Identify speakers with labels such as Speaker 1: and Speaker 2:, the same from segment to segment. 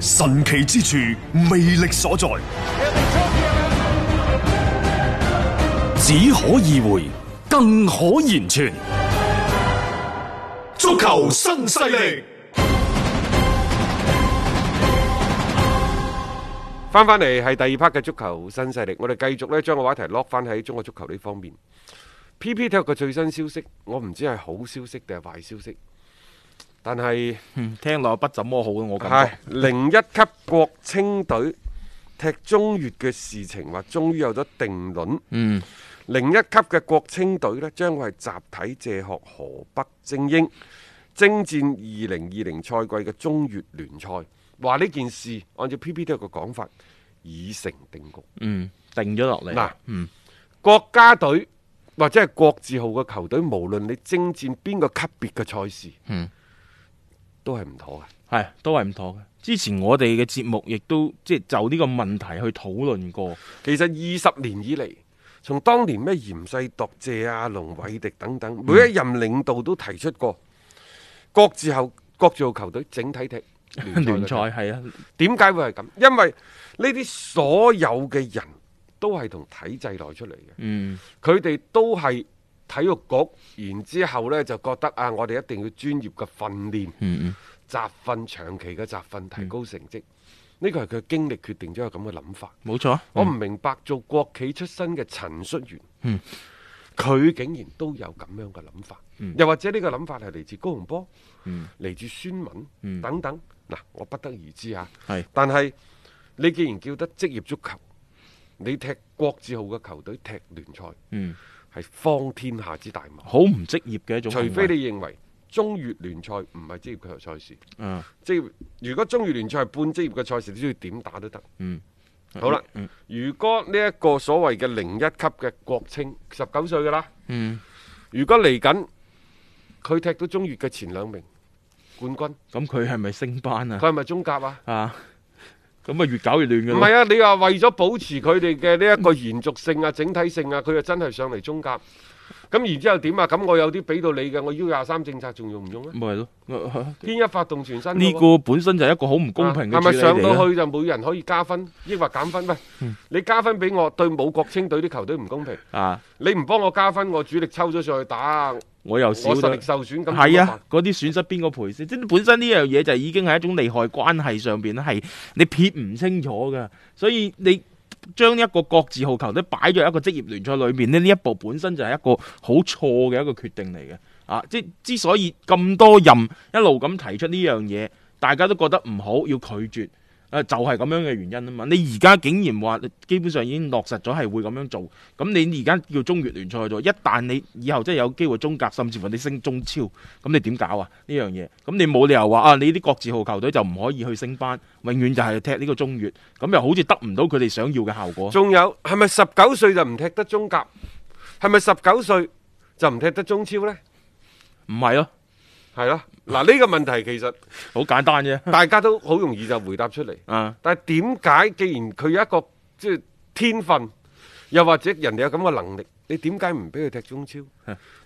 Speaker 1: 神奇之處，魅力所在，
Speaker 2: Here they come here.
Speaker 3: 只可意會，更可言傳。
Speaker 1: 足球新勢力。
Speaker 4: 翻翻嚟係第二 part 嘅足球新勢力，我哋繼續咧將個話題 lock 翻喺中國足球呢方面。PP 體育嘅最新消息，我唔知係好消息定係壞消息，但係
Speaker 5: 聽落不怎麼好嘅我感
Speaker 4: 係
Speaker 5: 覺。
Speaker 4: 零一級國青隊踢中乙嘅事情，話終於有咗定論。
Speaker 5: 嗯，
Speaker 4: 零一級嘅國青隊呢，將會係集體借學河北精英，征戰二零二零賽季嘅中乙聯賽。話呢件事，按照 PP 體育嘅講法，已成定局。
Speaker 5: 嗯，定咗落嚟。嗯
Speaker 4: 嗱，國家隊或者係國字號嘅球隊，無論你征戰邊個級別嘅賽事，
Speaker 5: 嗯
Speaker 4: 都係唔妥嘅。
Speaker 5: 係都係唔妥嘅。之前我哋嘅節目亦都即係就呢個問題去討論 過。
Speaker 4: 其實二十年以嚟，從當年咩嚴世度、謝亞龍、韋迪等等，每一任領導都提出過，國字號國字號球隊整體踢
Speaker 5: 聯
Speaker 4: 聯
Speaker 5: 賽
Speaker 4: 賽嘅。
Speaker 5: 係啊，
Speaker 4: 點解會係咁？因為呢啲所有嘅人都係同體制內出嚟嘅。
Speaker 5: 嗯
Speaker 4: 佢哋都係體育局，然之後呢就覺得啊，我哋一定要專業嘅訓練、
Speaker 5: 嗯
Speaker 4: 集訓、長期嘅集訓，提高成績。呢個係佢經歷決定咗有咁嘅諗法。
Speaker 5: 嗯，冇錯。
Speaker 4: 我唔明白做國企出身嘅陳戌源，佢、竟然都有咁樣嘅諗法，又或者呢個諗法係嚟自高洪波、嚟自孫文、等等。嗱，我不得而知啊。
Speaker 5: 係
Speaker 4: 但係你既然叫得職業足球，你踢國字號嘅球隊踢聯賽，
Speaker 5: 嗯
Speaker 4: 係方天下之大謬。
Speaker 5: 好唔職業嘅一種
Speaker 4: 除
Speaker 5: 行為。
Speaker 4: 非你認為中乙聯賽唔係職業球賽事，
Speaker 5: 嗯
Speaker 4: 即係如果中乙聯賽係半職業嘅賽事，你中意點打都得。
Speaker 5: 嗯，
Speaker 4: 好啦，如果呢一個所謂嘅零一級嘅國青，十九歲噶啦，
Speaker 5: 嗯，
Speaker 4: 如果嚟緊佢踢到中乙嘅前兩名冠軍，
Speaker 5: 咁佢係咪升班啊？
Speaker 4: 佢係咪中甲啊？
Speaker 5: 啊，咁啊越搞越亂
Speaker 4: 唔
Speaker 5: 㗎啦。
Speaker 4: 係啊！你話為咗保持佢哋嘅呢一個延續性啊、整體性啊，佢就真係上嚟中甲。咁然之後點啊？咁我有啲俾到你嘅，我 U 廿三政策仲用唔用咧？
Speaker 5: 咪係咯，
Speaker 4: 牽一發動全身
Speaker 5: 呢
Speaker 4: 㗎喎
Speaker 5: 個本身就係一個好唔公平嘅
Speaker 4: 啊係咪
Speaker 5: 處理
Speaker 4: 上
Speaker 5: 嚟
Speaker 4: 到
Speaker 5: 啦。
Speaker 4: 去就每人可以加分，抑或減分？喂，你加分俾我，對冇國青隊啲球隊唔公平。
Speaker 5: 啊，
Speaker 4: 你唔幫我加分，我主力抽咗上去打，我
Speaker 5: 我又少
Speaker 4: 實
Speaker 5: 得
Speaker 4: 力。受損咁點
Speaker 5: 係
Speaker 4: 辦
Speaker 5: 啊，，嗰啲損失邊個賠先？即係本身呢樣嘢就已經係一種利害關係上邊咧，係你撇唔清楚噶。所以你將一個國字號球隊擺咗喺一個職業聯賽裏面咧，呢一步本身就係一個好錯嘅一個決定嚟嘅。啊，即係之所以咁多任一路咁提出呢樣嘢，大家都覺得唔好，要拒絕。誒就係咁樣嘅原因啊嘛！你而家竟然話基本上已經落實咗係會咁樣做，咁你而家叫中乙聯賽咗，一旦你以後真係有機會中甲，甚至乎你升中超，咁你點搞啊？呢樣嘢，咁你冇理由話啊，你啲國字號球隊就唔可以去升班，永遠就係踢呢個中乙，咁又好似得唔到佢哋想要嘅效果。
Speaker 4: 仲有係咪十九歲就唔踢得中甲？係咪十九歲就唔踢得中超呢？
Speaker 5: 唔係咯，
Speaker 4: 係啦，嗱呢個問題其實
Speaker 5: 好簡單啫。
Speaker 4: 大家都好容易就回答出嚟。
Speaker 5: 啊，
Speaker 4: 但係點解既然佢有一個即係天分，又或者人哋有咁嘅能力，你點解唔俾佢踢中 超？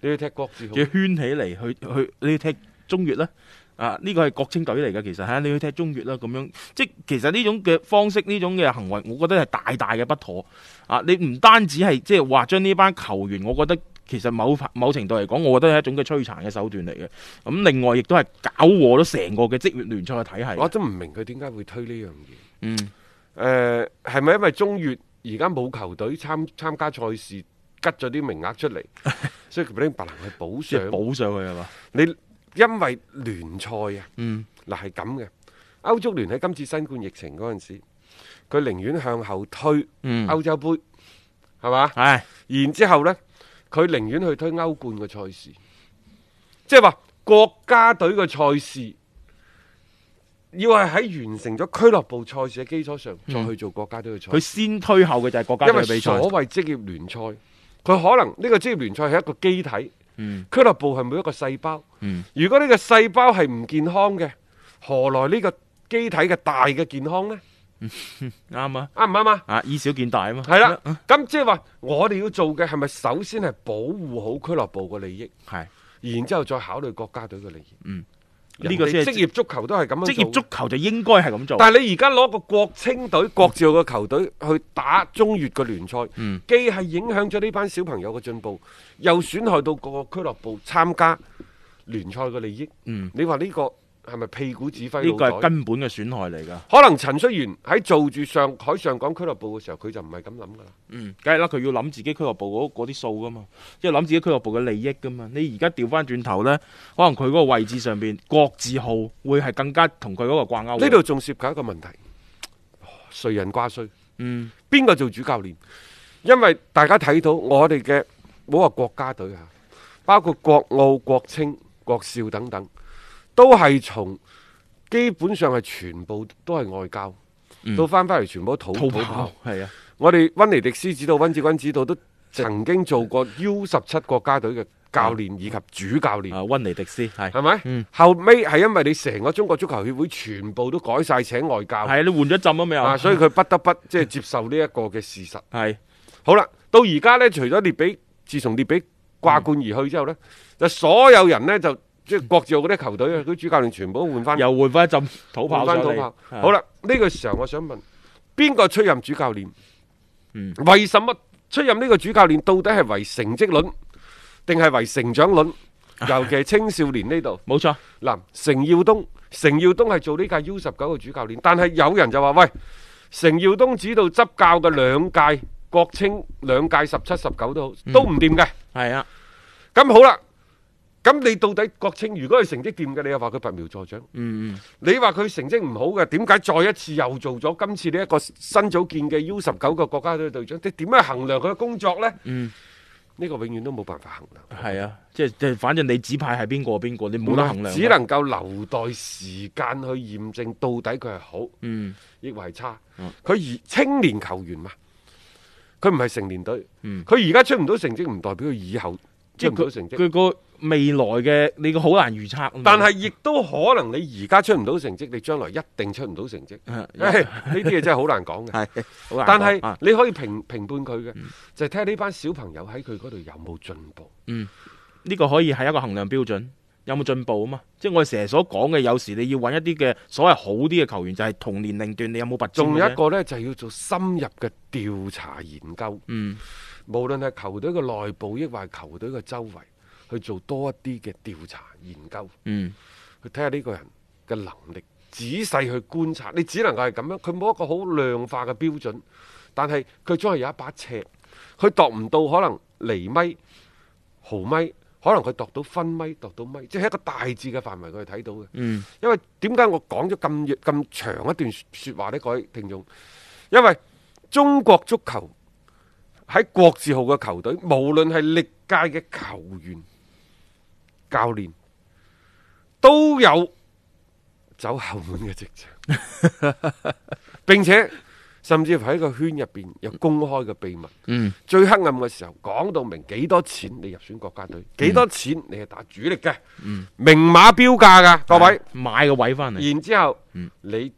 Speaker 4: 你要踢國字號
Speaker 5: 要？圈起嚟去去，你要踢中乙啦。啊！呢個係國青隊嚟嘅，其實係你去踢中乙啦，咁樣即係其實呢種嘅方式，呢種嘅行為，我覺得係大大嘅不妥啊！你唔單止係即係話將呢班球員，我覺得其實某某程度嚟講，我覺得係一種嘅摧殘嘅手段嚟嘅。咁另外亦都係搞和咗成個嘅職業聯賽嘅體系。
Speaker 4: 我都唔明佢點解會推呢樣嘢。
Speaker 5: 嗯
Speaker 4: 誒係咪因為中乙而家冇球隊參參加賽事，吉咗啲名額出 嚟，所以佢拎白能去補
Speaker 5: 即係
Speaker 4: 上。
Speaker 5: 補上去係嘛？
Speaker 4: 你因為聯賽啊，
Speaker 5: 嗯，
Speaker 4: 嗱係咁嘅，歐足聯喺今次新冠疫情嗰陣時，佢寧願向後推
Speaker 5: 嗯
Speaker 4: 歐洲杯，係嘛、
Speaker 5: 唉，
Speaker 4: 然之後呢，佢寧願去推歐冠嘅賽事，即係話國家隊嘅賽事，要係喺完成咗俱樂部賽事嘅基礎上，再去做國家隊嘅賽
Speaker 5: 佢
Speaker 4: 事。
Speaker 5: 先推後嘅就係國家
Speaker 4: 因
Speaker 5: 隊
Speaker 4: 為
Speaker 5: 嘅比
Speaker 4: 所
Speaker 5: 賽，
Speaker 4: 謂職業聯賽，佢可能呢個職業聯賽係一個機體，
Speaker 5: 嗯
Speaker 4: 俱樂部係每一個細胞。
Speaker 5: 嗯
Speaker 4: 如果呢個細胞係唔健康嘅，何來呢個機體嘅大嘅健康呢？
Speaker 5: 啱啊！
Speaker 4: 啱唔啱啊？
Speaker 5: 啊，以小見大啊嘛，
Speaker 4: 係啦，咁即係話我哋要做嘅係咪首先係保護好俱樂部嘅利益？
Speaker 5: 係
Speaker 4: 然之後再考慮國家隊嘅利益。
Speaker 5: 嗯，
Speaker 4: 人
Speaker 5: 呢個
Speaker 4: 哋
Speaker 5: 先係
Speaker 4: 職業足球都係咁樣
Speaker 5: 職業
Speaker 4: 做
Speaker 5: 足
Speaker 4: 嘅。
Speaker 5: 球就應該係咁做，
Speaker 4: 但係你而家攞個國青隊、國字號嘅球隊去打中越嘅聯賽，
Speaker 5: 嗯
Speaker 4: 既係影響咗呢班小朋友嘅進步，又損害到個俱樂部參加聯賽嘅利益。
Speaker 5: 嗯，
Speaker 4: 你話呢個係咪屁股指揮
Speaker 5: 呢個
Speaker 4: 腦
Speaker 5: 係
Speaker 4: 袋？
Speaker 5: 根本嘅損害嚟㗎。
Speaker 4: 可能陳戌源喺做住上海上港俱樂部嘅時候，佢就唔係咁諗㗎啦。
Speaker 5: 嗯，梗係啦，佢要諗自己俱樂部嗰嗰啲數噶嘛，即係諗自己俱樂部嘅利益噶嘛。你而家調翻轉頭呢，可能佢嗰個位置上邊國字號會係更加同佢嗰個掛鈎嘅。
Speaker 4: 呢度仲涉及一個問題，哦誰人掛帥？
Speaker 5: 嗯
Speaker 4: 邊個做主教練？因為大家睇到我哋嘅，唔好話國家隊啊，包括國奧、國青、國少等等，都係從基本上係全部都係外交，
Speaker 5: 嗯
Speaker 4: 到翻翻嚟全部都土
Speaker 5: 逃
Speaker 4: 土
Speaker 5: 跑
Speaker 4: 炮。
Speaker 5: 係啊，
Speaker 4: 我哋温尼迪斯指導、温志軍指導都曾經做過 U 十七國家隊嘅教練以及主教練。
Speaker 5: 啊温尼迪斯係
Speaker 4: 係咪？
Speaker 5: 嗯
Speaker 4: 後尾係因為你成個中國足球協會全部都改晒請外教，
Speaker 5: 係你換咗浸啊未
Speaker 4: 啊，
Speaker 5: 啊？
Speaker 4: 所以佢不得不即係接受呢一個嘅事實。
Speaker 5: 係
Speaker 4: 好啦，到而家呢，除咗列比，自從列比掛冠而去之後呢，就所有人呢，就即係國字號嗰啲球隊啊，佢主教練全部都換翻，
Speaker 5: 又換翻一浸土
Speaker 4: 換
Speaker 5: 炮
Speaker 4: 翻
Speaker 5: 上
Speaker 4: 土
Speaker 5: 嚟
Speaker 4: 炮。
Speaker 5: 啊
Speaker 4: 好啦，呢、個時候我想問，邊個出任主教練？
Speaker 5: 嗯
Speaker 4: 為什麼出任呢個主教練到底係為成績論，定係為成長 論？尤其係青少年呢度，
Speaker 5: 冇錯，
Speaker 4: 嗱，成耀東，成耀東係做呢屆 U 十九嘅主教練，但係有人就話喂，成耀東指導執教嘅兩屆國青兩屆十七十九都好，都唔掂嘅。
Speaker 5: 係啊，
Speaker 4: 咁好啦，咁你到底國青如果佢成績掂嘅，你又話佢拔苗助長；
Speaker 5: 嗯嗯
Speaker 4: 你話佢成績唔好嘅，點解再一次又做咗今次呢一個新組建嘅 U 十九個國家隊隊長？你點樣衡量佢嘅工作呢？
Speaker 5: 嗯，
Speaker 4: 呢個永遠都冇辦法衡量。
Speaker 5: 係啊，即係即係反正你指派係邊個邊個，你冇得衡量㗎。
Speaker 4: 只能夠留待時間去驗證到底佢係好，
Speaker 5: 嗯
Speaker 4: 亦為差
Speaker 5: 嗯。
Speaker 4: 佢而青年球員嘛，佢唔係成年隊，
Speaker 5: 嗯
Speaker 4: 佢而家出唔到成績，唔代表佢以後
Speaker 5: 即
Speaker 4: 出
Speaker 5: 係
Speaker 4: 唔到成
Speaker 5: 佢
Speaker 4: 績。
Speaker 5: 佢個未來嘅你個好難預測啊㗎嘛。
Speaker 4: 但係亦都可能你而家出唔到成績，你將來一定出唔到成績。
Speaker 5: 啊
Speaker 4: 唉呢啲嘢真係好難講嘅。
Speaker 5: 係好難講，
Speaker 4: 但係
Speaker 5: 啊嗯
Speaker 4: 你可以評評判佢嘅，就係睇下呢班小朋友喺佢嗰度有冇進步。
Speaker 5: 呢個可以係一個衡量標準，有冇進步啊嘛？即係我哋成日所講嘅，有時你要揾一啲嘅所謂好啲嘅球員，就係、同年齡段你有冇拔尖
Speaker 4: 仲有
Speaker 5: 嘅
Speaker 4: 一
Speaker 5: 啫
Speaker 4: 個呢，就係要做深入嘅調查研究。
Speaker 5: 嗯
Speaker 4: 無論係球隊嘅內部，抑或係球隊嘅周圍，去做多一啲嘅調查研究，
Speaker 5: 嗯
Speaker 4: 去睇下呢個人嘅能力，仔細去觀察。你只能夠係咁樣，佢冇一個好量化嘅標準，但係佢總係有一把尺，佢度唔到可能厘米、毫米，可能佢度到分米、度到米，即係一個大致嘅範圍佢係睇到嘅。
Speaker 5: 嗯
Speaker 4: 因為點解我講咗咁咁長一段説話呢？各位聽眾，因為中國足球喺國字號嘅球隊，無論係歷屆嘅球員、教練，都有走後門嘅跡象，並且甚至乎喺個圈入邊有公開嘅秘密。
Speaker 5: 嗯
Speaker 4: 最黑暗嘅時候講到明幾多錢你入選國家隊，幾多錢你係打主力嘅，明碼標價㗎，各位。
Speaker 5: 買個位翻嚟，
Speaker 4: 然之後，
Speaker 5: 嗯
Speaker 4: 你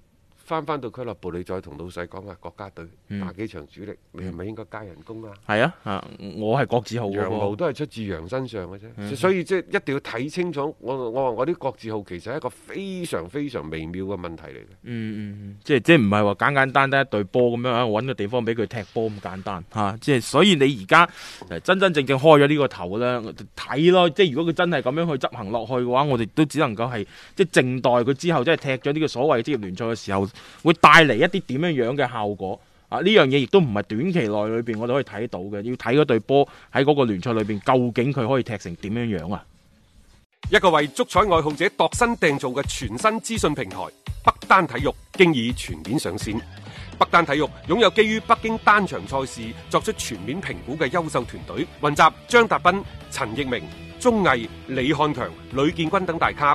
Speaker 4: 翻翻到俱樂部，你再同老細講下國家隊
Speaker 5: 嗯
Speaker 4: 打幾場主力，你係咪應該加人工啊？
Speaker 5: 係啊啊！我係國字號嘅
Speaker 4: 羊毛
Speaker 5: 喎，嗯
Speaker 4: 都係出自羊身上嘅啫，所以即係一定要睇清楚。我我話我啲國字號其實係一個非常非常微妙嘅問題嚟嘅。
Speaker 5: 嗯嗯嗯，即係即係唔係話簡簡單單一隊波咁樣啊，揾個地方俾佢踢波咁簡單嚇、啊即係所以你而家誒真真正正開咗呢個頭咧，睇咯，即係如果佢真係咁樣去執行落去嘅話，我哋都只能夠係即係靜待佢之後，即係踢咗呢個所謂職業聯賽嘅時候，會帶嚟一啲點樣樣嘅效果。啊，呢樣嘢亦都唔係短期內裏邊我哋可以睇到嘅，要睇嗰隊波喺嗰個聯賽裏邊究竟佢可以踢成點樣樣啊！
Speaker 4: 一個為足彩愛好者度身訂造嘅全新資訊平台北單體育，經已全面上線。北單體育擁有基於北京單場賽事作出全面評估嘅優秀團隊，雲集張達斌、陳奕明、鐘毅、李漢強、呂建軍等大咖，